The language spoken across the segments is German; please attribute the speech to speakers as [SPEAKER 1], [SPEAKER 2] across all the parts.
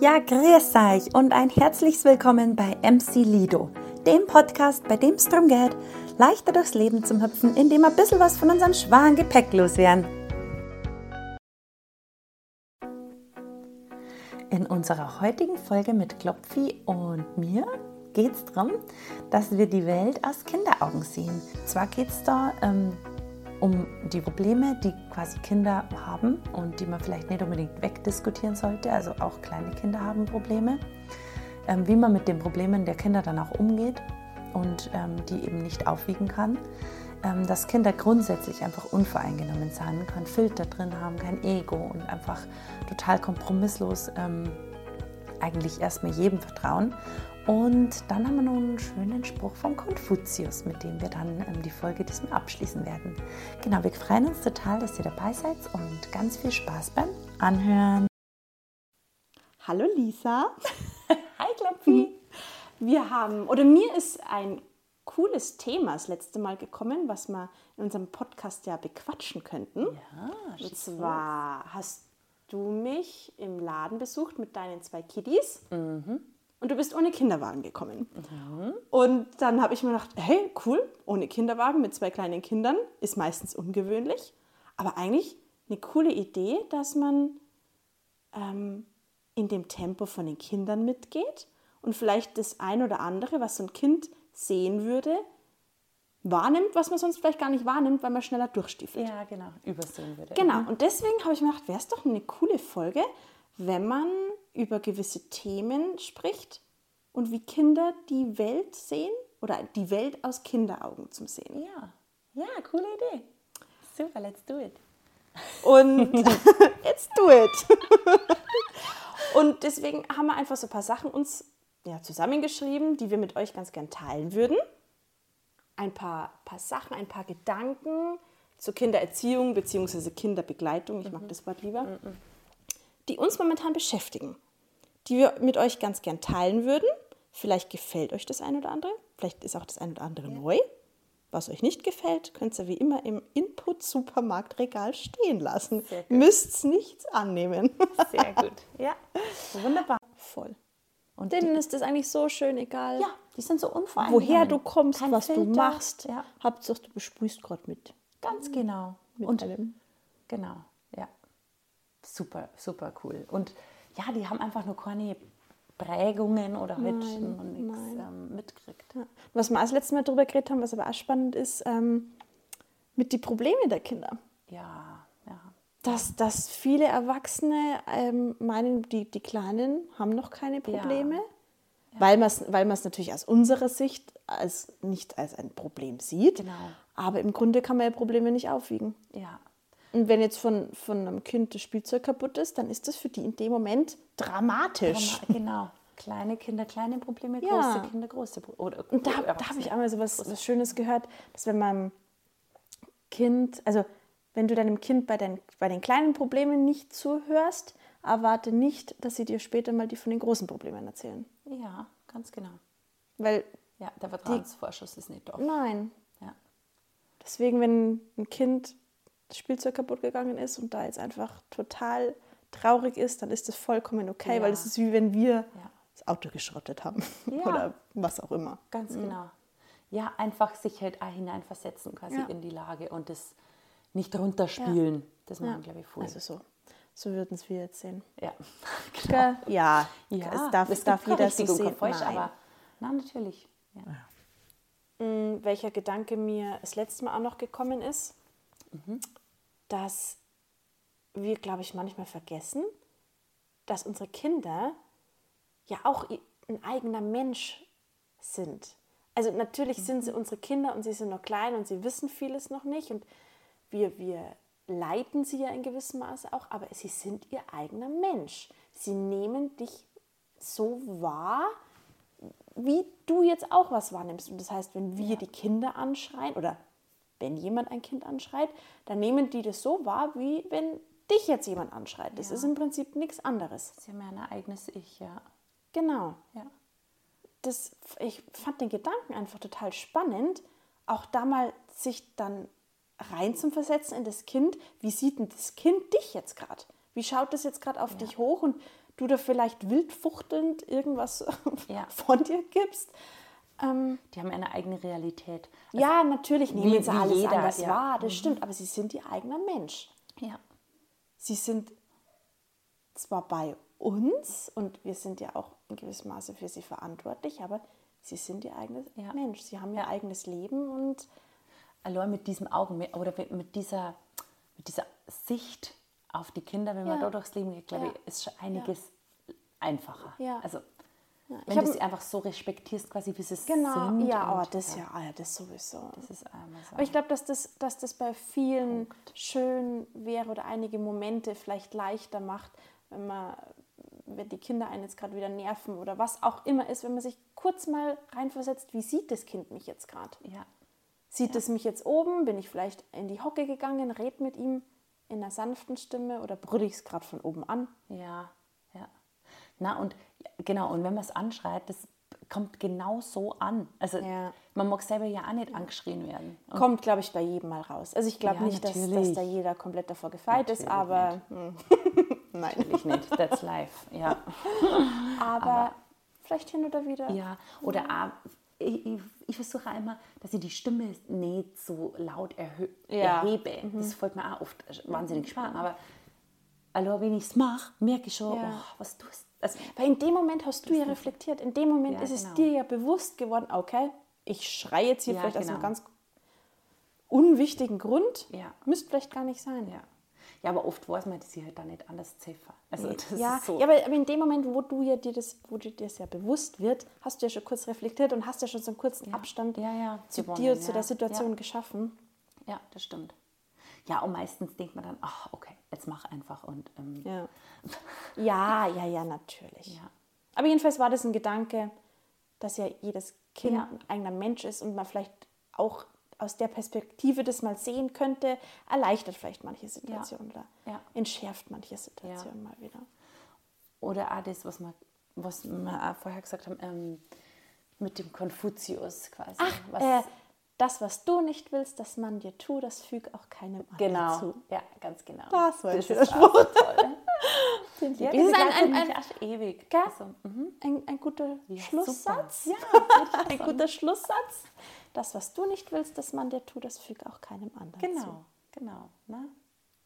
[SPEAKER 1] Ja, grüß euch und ein herzliches Willkommen bei MC Lido, dem Podcast, bei dem es darum geht, leichter durchs Leben zu hüpfen, indem wir ein bisschen was von unserem schwachen Gepäck loswerden. In unserer heutigen Folge mit Klopfi und mir geht es darum, dass wir die Welt aus Kinderaugen sehen. Zwar geht es da ähm, um die Probleme, die quasi Kinder haben und die man vielleicht nicht unbedingt wegdiskutieren sollte. Also auch kleine Kinder haben Probleme. Ähm, wie man mit den Problemen der Kinder dann auch umgeht und ähm, die eben nicht aufwiegen kann. Ähm, dass Kinder grundsätzlich einfach unvoreingenommen sein, keinen Filter drin haben, kein Ego und einfach total kompromisslos ähm, eigentlich erstmal jedem vertrauen. Und dann haben wir noch einen schönen Spruch von Konfuzius, mit dem wir dann ähm, die Folge diesmal abschließen werden. Genau, wir freuen uns total, dass ihr dabei seid und ganz viel Spaß beim Anhören.
[SPEAKER 2] Hallo Lisa,
[SPEAKER 1] Hi Klopfi!
[SPEAKER 2] wir haben, oder mir ist ein cooles Thema das letzte Mal gekommen, was wir in unserem Podcast ja bequatschen könnten.
[SPEAKER 1] Ja,
[SPEAKER 2] Und zwar hast du mich im Laden besucht mit deinen zwei Kiddies und du bist ohne Kinderwagen gekommen. Und dann habe ich mir gedacht, hey, cool, ohne Kinderwagen mit zwei kleinen Kindern ist meistens ungewöhnlich, aber eigentlich eine coole Idee, dass man ähm, in dem Tempo von den Kindern mitgeht und vielleicht das ein oder andere, was so ein Kind sehen würde, wahrnimmt, was man sonst vielleicht gar nicht wahrnimmt, weil man schneller durchstiefelt.
[SPEAKER 1] ja, genau, übersehen würde.
[SPEAKER 2] Genau, und deswegen habe ich mir gedacht, wäre es doch eine coole Folge, wenn man über gewisse Themen spricht und wie Kinder die Welt sehen oder die Welt aus Kinderaugen zum Sehen.
[SPEAKER 1] Ja, ja, coole Idee. Super, let's do it.
[SPEAKER 2] Und let's do it. Und deswegen haben wir einfach so ein paar Sachen uns ja, zusammengeschrieben, die wir mit euch ganz gern teilen würden. Ein paar, paar Sachen, ein paar Gedanken zur Kindererziehung bzw. Kinderbegleitung, ich mag das Wort lieber, die uns momentan beschäftigen, die wir mit euch ganz gern teilen würden. Vielleicht gefällt euch das ein oder andere, vielleicht ist auch das ein oder andere neu. Was euch nicht gefällt, könnt ihr wie immer im Input-Supermarktregal stehen lassen.
[SPEAKER 1] Sehr gut.
[SPEAKER 2] Müsst's nichts annehmen.
[SPEAKER 1] Sehr gut. Ja, wunderbar.
[SPEAKER 2] Voll.
[SPEAKER 1] Und
[SPEAKER 3] Denen ist das eigentlich so schön egal,
[SPEAKER 1] Ja, die sind so unvoreingenommen.
[SPEAKER 3] woher du kommst,
[SPEAKER 1] Kein
[SPEAKER 3] was du
[SPEAKER 1] Filter.
[SPEAKER 3] machst.
[SPEAKER 1] Ja,
[SPEAKER 3] Hauptsache, du besprühst gerade mit.
[SPEAKER 1] ganz genau.
[SPEAKER 3] Mhm. Mit
[SPEAKER 1] und
[SPEAKER 3] allem.
[SPEAKER 1] genau, ja. Super, super cool. Und ja, die haben einfach nur keine Prägungen oder Rutschen und nichts ähm, mitgekriegt.
[SPEAKER 2] Ja.
[SPEAKER 3] Was wir auch das letzte Mal drüber geredet haben, was aber auch spannend ist, ähm, mit den Problemen der Kinder.
[SPEAKER 1] Ja, ja.
[SPEAKER 3] Dass, dass viele Erwachsene ähm, meinen, die, die Kleinen haben noch keine Probleme, weil man es weil man's natürlich aus unserer Sicht als, nicht als ein Problem sieht.
[SPEAKER 1] Genau.
[SPEAKER 3] Aber im Grunde kann man ja Probleme nicht aufwiegen.
[SPEAKER 1] Ja,
[SPEAKER 3] Und wenn jetzt von, von einem Kind das Spielzeug kaputt ist, dann ist das für die in dem Moment dramatisch.
[SPEAKER 1] Genau, genau. Kleine Kinder, kleine Probleme,
[SPEAKER 3] Ja.
[SPEAKER 1] große Kinder, große Probleme.
[SPEAKER 3] Und da, da habe ich einmal so was, was Schönes gehört, dass wenn man Kind, also wenn du deinem Kind bei, dein, bei den kleinen Problemen nicht zuhörst, erwarte nicht, dass sie dir später mal die von den großen Problemen erzählen.
[SPEAKER 1] Ja, ganz genau.
[SPEAKER 3] Weil,
[SPEAKER 1] Ja, der Vertrauensvorschuss ist nicht da.
[SPEAKER 3] nein.
[SPEAKER 1] Ja.
[SPEAKER 3] Deswegen, wenn ein Kind das Spielzeug kaputt gegangen ist und da jetzt einfach total traurig ist, dann ist das vollkommen okay,
[SPEAKER 1] Ja.
[SPEAKER 3] weil es ist wie wenn wir
[SPEAKER 1] Ja.
[SPEAKER 3] das Auto geschrottet haben
[SPEAKER 1] Ja.
[SPEAKER 3] oder was auch immer.
[SPEAKER 1] Ganz genau. Ja, einfach sich halt auch hineinversetzen quasi
[SPEAKER 3] Ja.
[SPEAKER 1] in die Lage und das nicht runterspielen. Das machen, glaube ich, voll.
[SPEAKER 3] Also so, so würden es wir jetzt sehen.
[SPEAKER 1] ja.
[SPEAKER 2] Genau.
[SPEAKER 3] Gell? Ja, es darf,
[SPEAKER 1] es
[SPEAKER 3] darf
[SPEAKER 1] Genau. gibt keine
[SPEAKER 3] jeder so
[SPEAKER 1] richtig und
[SPEAKER 3] sehen.
[SPEAKER 1] kein falsch,
[SPEAKER 3] Nein.
[SPEAKER 1] aber na, natürlich. Ja.
[SPEAKER 2] Mm, welcher Gedanke mir das letzte Mal auch noch gekommen ist,
[SPEAKER 3] Mhm.
[SPEAKER 2] dass wir, glaube ich, manchmal vergessen, dass unsere Kinder ja auch i- ein eigener Mensch sind. Also natürlich sind
[SPEAKER 3] Mhm.
[SPEAKER 2] sie unsere Kinder und sie sind noch klein und sie wissen vieles noch nicht und wir, wir leiten sie ja in gewissem Maße auch, aber sie sind ihr eigener Mensch. Sie nehmen dich so wahr, wie du jetzt auch was wahrnimmst. Und das heißt, wenn wir die Kinder anschreien oder wenn jemand ein Kind anschreit, dann nehmen die das so wahr, wie wenn dich jetzt jemand anschreit. Das ist im Prinzip nichts anderes.
[SPEAKER 1] Sie haben ja ein eigenes Ich, ja.
[SPEAKER 2] Genau.
[SPEAKER 1] ja.
[SPEAKER 2] Das, ich fand den Gedanken einfach total spannend, auch da mal sich dann rein zum Versetzen in das Kind. Wie sieht denn das Kind dich jetzt gerade? Wie schaut das jetzt gerade auf dich hoch? Und du da vielleicht wildfuchtelnd irgendwas
[SPEAKER 1] Ja.
[SPEAKER 2] von dir gibst. Ähm,
[SPEAKER 1] Die haben eine eigene Realität.
[SPEAKER 2] ja, natürlich nehmen
[SPEAKER 1] wie-
[SPEAKER 2] sie
[SPEAKER 1] wie
[SPEAKER 2] alles
[SPEAKER 1] jeder,
[SPEAKER 2] anders
[SPEAKER 1] ja.
[SPEAKER 2] wahr, das stimmt, aber sie sind ihr eigener Mensch.
[SPEAKER 1] Ja.
[SPEAKER 2] Sie sind zwar bei uns und wir sind ja auch in gewissem Maße für sie verantwortlich, aber sie sind ihr eigenes
[SPEAKER 1] Ja.
[SPEAKER 2] Mensch. Sie haben ihr eigenes Leben und
[SPEAKER 1] Allein mit diesem Augen mit- oder mit dieser, mit dieser Sicht auf die Kinder, wenn man
[SPEAKER 2] Ja.
[SPEAKER 1] da durchs Leben geht, glaube
[SPEAKER 2] Ja.
[SPEAKER 1] ich, ist schon einiges einfacher.
[SPEAKER 2] Ja.
[SPEAKER 1] Also,
[SPEAKER 2] Ich
[SPEAKER 1] wenn
[SPEAKER 2] hab-
[SPEAKER 1] du sie einfach so respektierst, quasi, wie sie
[SPEAKER 2] Genau,
[SPEAKER 1] sind.
[SPEAKER 2] ja,
[SPEAKER 1] und-
[SPEAKER 2] oh, das ja, ah, ja, das sowieso.
[SPEAKER 1] Das ist einmal so.
[SPEAKER 2] Aber ich glaube, dass das, dass das bei vielen schön wäre oder einige Momente vielleicht leichter macht, wenn man, wenn die Kinder einen jetzt gerade wieder nerven oder was auch immer ist, wenn man sich kurz mal reinversetzt, wie sieht das Kind mich jetzt gerade?
[SPEAKER 1] ja.
[SPEAKER 2] Sieht es mich jetzt oben? Bin ich vielleicht in die Hocke gegangen, red mit ihm in einer sanften Stimme oder brülle ich es gerade von oben an?
[SPEAKER 1] Ja, ja. Na und ja, genau, und wenn man es anschreit, das kommt genau so an. Also
[SPEAKER 2] Ja.
[SPEAKER 1] man mag selber ja auch nicht angeschrien werden. Und
[SPEAKER 2] Kommt, glaube ich, bei jedem mal raus. Also ich glaube
[SPEAKER 1] Ja,
[SPEAKER 2] nicht, dass, dass
[SPEAKER 1] natürlich.
[SPEAKER 2] da jeder komplett davor gefeit ist,
[SPEAKER 1] Natürlich
[SPEAKER 2] aber hm, nein.
[SPEAKER 1] natürlich nicht, that's life. Ja.
[SPEAKER 2] Aber, vielleicht hin oder wieder.
[SPEAKER 1] Ja, oder auch, ich, ich, ich versuche auch immer, dass ich die Stimme nicht so laut erhö
[SPEAKER 2] Ja. Mhm.
[SPEAKER 1] erhebe. Das fällt mir auch oft wahnsinnig schwer, aber also, wenn ich es mache, merke ich schon,
[SPEAKER 2] Ja.
[SPEAKER 1] oh, was tust du? Also,
[SPEAKER 2] Weil in dem Moment hast du ja reflektiert, in dem Moment
[SPEAKER 1] Ja,
[SPEAKER 2] ist es
[SPEAKER 1] genau.
[SPEAKER 2] dir ja bewusst geworden, okay, ich schreie jetzt hier
[SPEAKER 1] Ja,
[SPEAKER 2] vielleicht aus einem
[SPEAKER 1] genau.
[SPEAKER 2] ganz unwichtigen Grund.
[SPEAKER 1] Ja.
[SPEAKER 2] Müsste vielleicht gar nicht sein.
[SPEAKER 1] ja. ja, aber oft weiß man, dass ich halt da nicht anders ziffer. Also, das
[SPEAKER 2] Ja,
[SPEAKER 1] ist so.
[SPEAKER 2] ja aber, aber in dem Moment, wo du ja dir das, wo dir das ja bewusst wird, hast du ja schon kurz reflektiert und hast ja schon so einen kurzen Abstand
[SPEAKER 1] Ja, ja,
[SPEAKER 2] zu
[SPEAKER 1] gewonnen,
[SPEAKER 2] dir, zu
[SPEAKER 1] ja.
[SPEAKER 2] der Situation
[SPEAKER 1] Ja.
[SPEAKER 2] geschaffen.
[SPEAKER 1] Ja, das stimmt. Ja, und meistens denkt man dann, ach, okay, jetzt mach einfach und ähm,
[SPEAKER 2] Ja. ja, ja, ja, natürlich.
[SPEAKER 1] Ja.
[SPEAKER 2] Aber jedenfalls war das ein Gedanke, dass ja jedes Kind
[SPEAKER 1] Ja.
[SPEAKER 2] ein eigener Mensch ist und man vielleicht auch aus der Perspektive das mal sehen könnte, erleichtert vielleicht manche Situation oder
[SPEAKER 1] Ja.
[SPEAKER 2] entschärft manche Situation mal wieder.
[SPEAKER 1] Oder auch das, was wir, was wir auch vorher gesagt haben, ähm, mit dem Konfuzius quasi. was,
[SPEAKER 2] Äh, das, was du nicht willst, dass man dir tut, das füg auch keinem anderen
[SPEAKER 1] genau.
[SPEAKER 2] zu.
[SPEAKER 1] Ja, ganz genau.
[SPEAKER 2] Das war ein
[SPEAKER 1] das
[SPEAKER 2] schöner
[SPEAKER 1] ist auch so toll. ja, das
[SPEAKER 2] Das ist
[SPEAKER 1] ist
[SPEAKER 2] ein- ein-
[SPEAKER 1] ein,
[SPEAKER 2] ein-
[SPEAKER 1] ewig.
[SPEAKER 2] Gell?
[SPEAKER 1] Also, mhm.
[SPEAKER 2] Ein, ein guter Schlusssatz.
[SPEAKER 1] super.
[SPEAKER 2] ein guter Schlusssatz. Das, was du nicht willst, dass man dir tut, das füg auch keinem anderen zu.
[SPEAKER 1] Genau, genau. Na?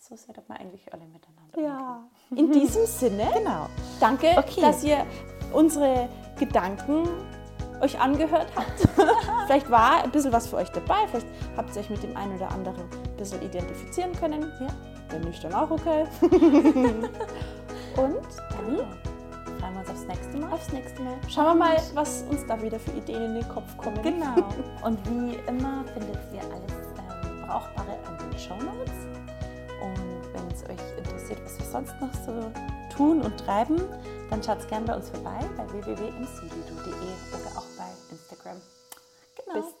[SPEAKER 1] So sollten wir eigentlich alle miteinander umgehen.
[SPEAKER 2] Ja. In diesem Sinne.
[SPEAKER 1] Genau.
[SPEAKER 2] Danke,
[SPEAKER 1] Okay.
[SPEAKER 2] dass ihr unsere Gedanken euch angehört habt. vielleicht war ein bisschen was für euch dabei, vielleicht habt ihr euch mit dem einen oder anderen ein bisschen identifizieren können.
[SPEAKER 1] Ja.
[SPEAKER 2] Wenn nicht, dann auch okay. Und
[SPEAKER 1] Dann freuen wir uns aufs nächste Mal.
[SPEAKER 2] aufs nächste Mal. Schauen wir mal, was uns da wieder für Ideen in den Kopf kommen.
[SPEAKER 1] Genau. Und wie immer findet ihr alles ähm, Brauchbare an den Show Notes. Und wenn es euch interessiert, was wir sonst noch so tun und treiben, dann schaut gerne bei uns vorbei bei www.mclido.de oder auch bei Instagram. Genau.
[SPEAKER 2] Bis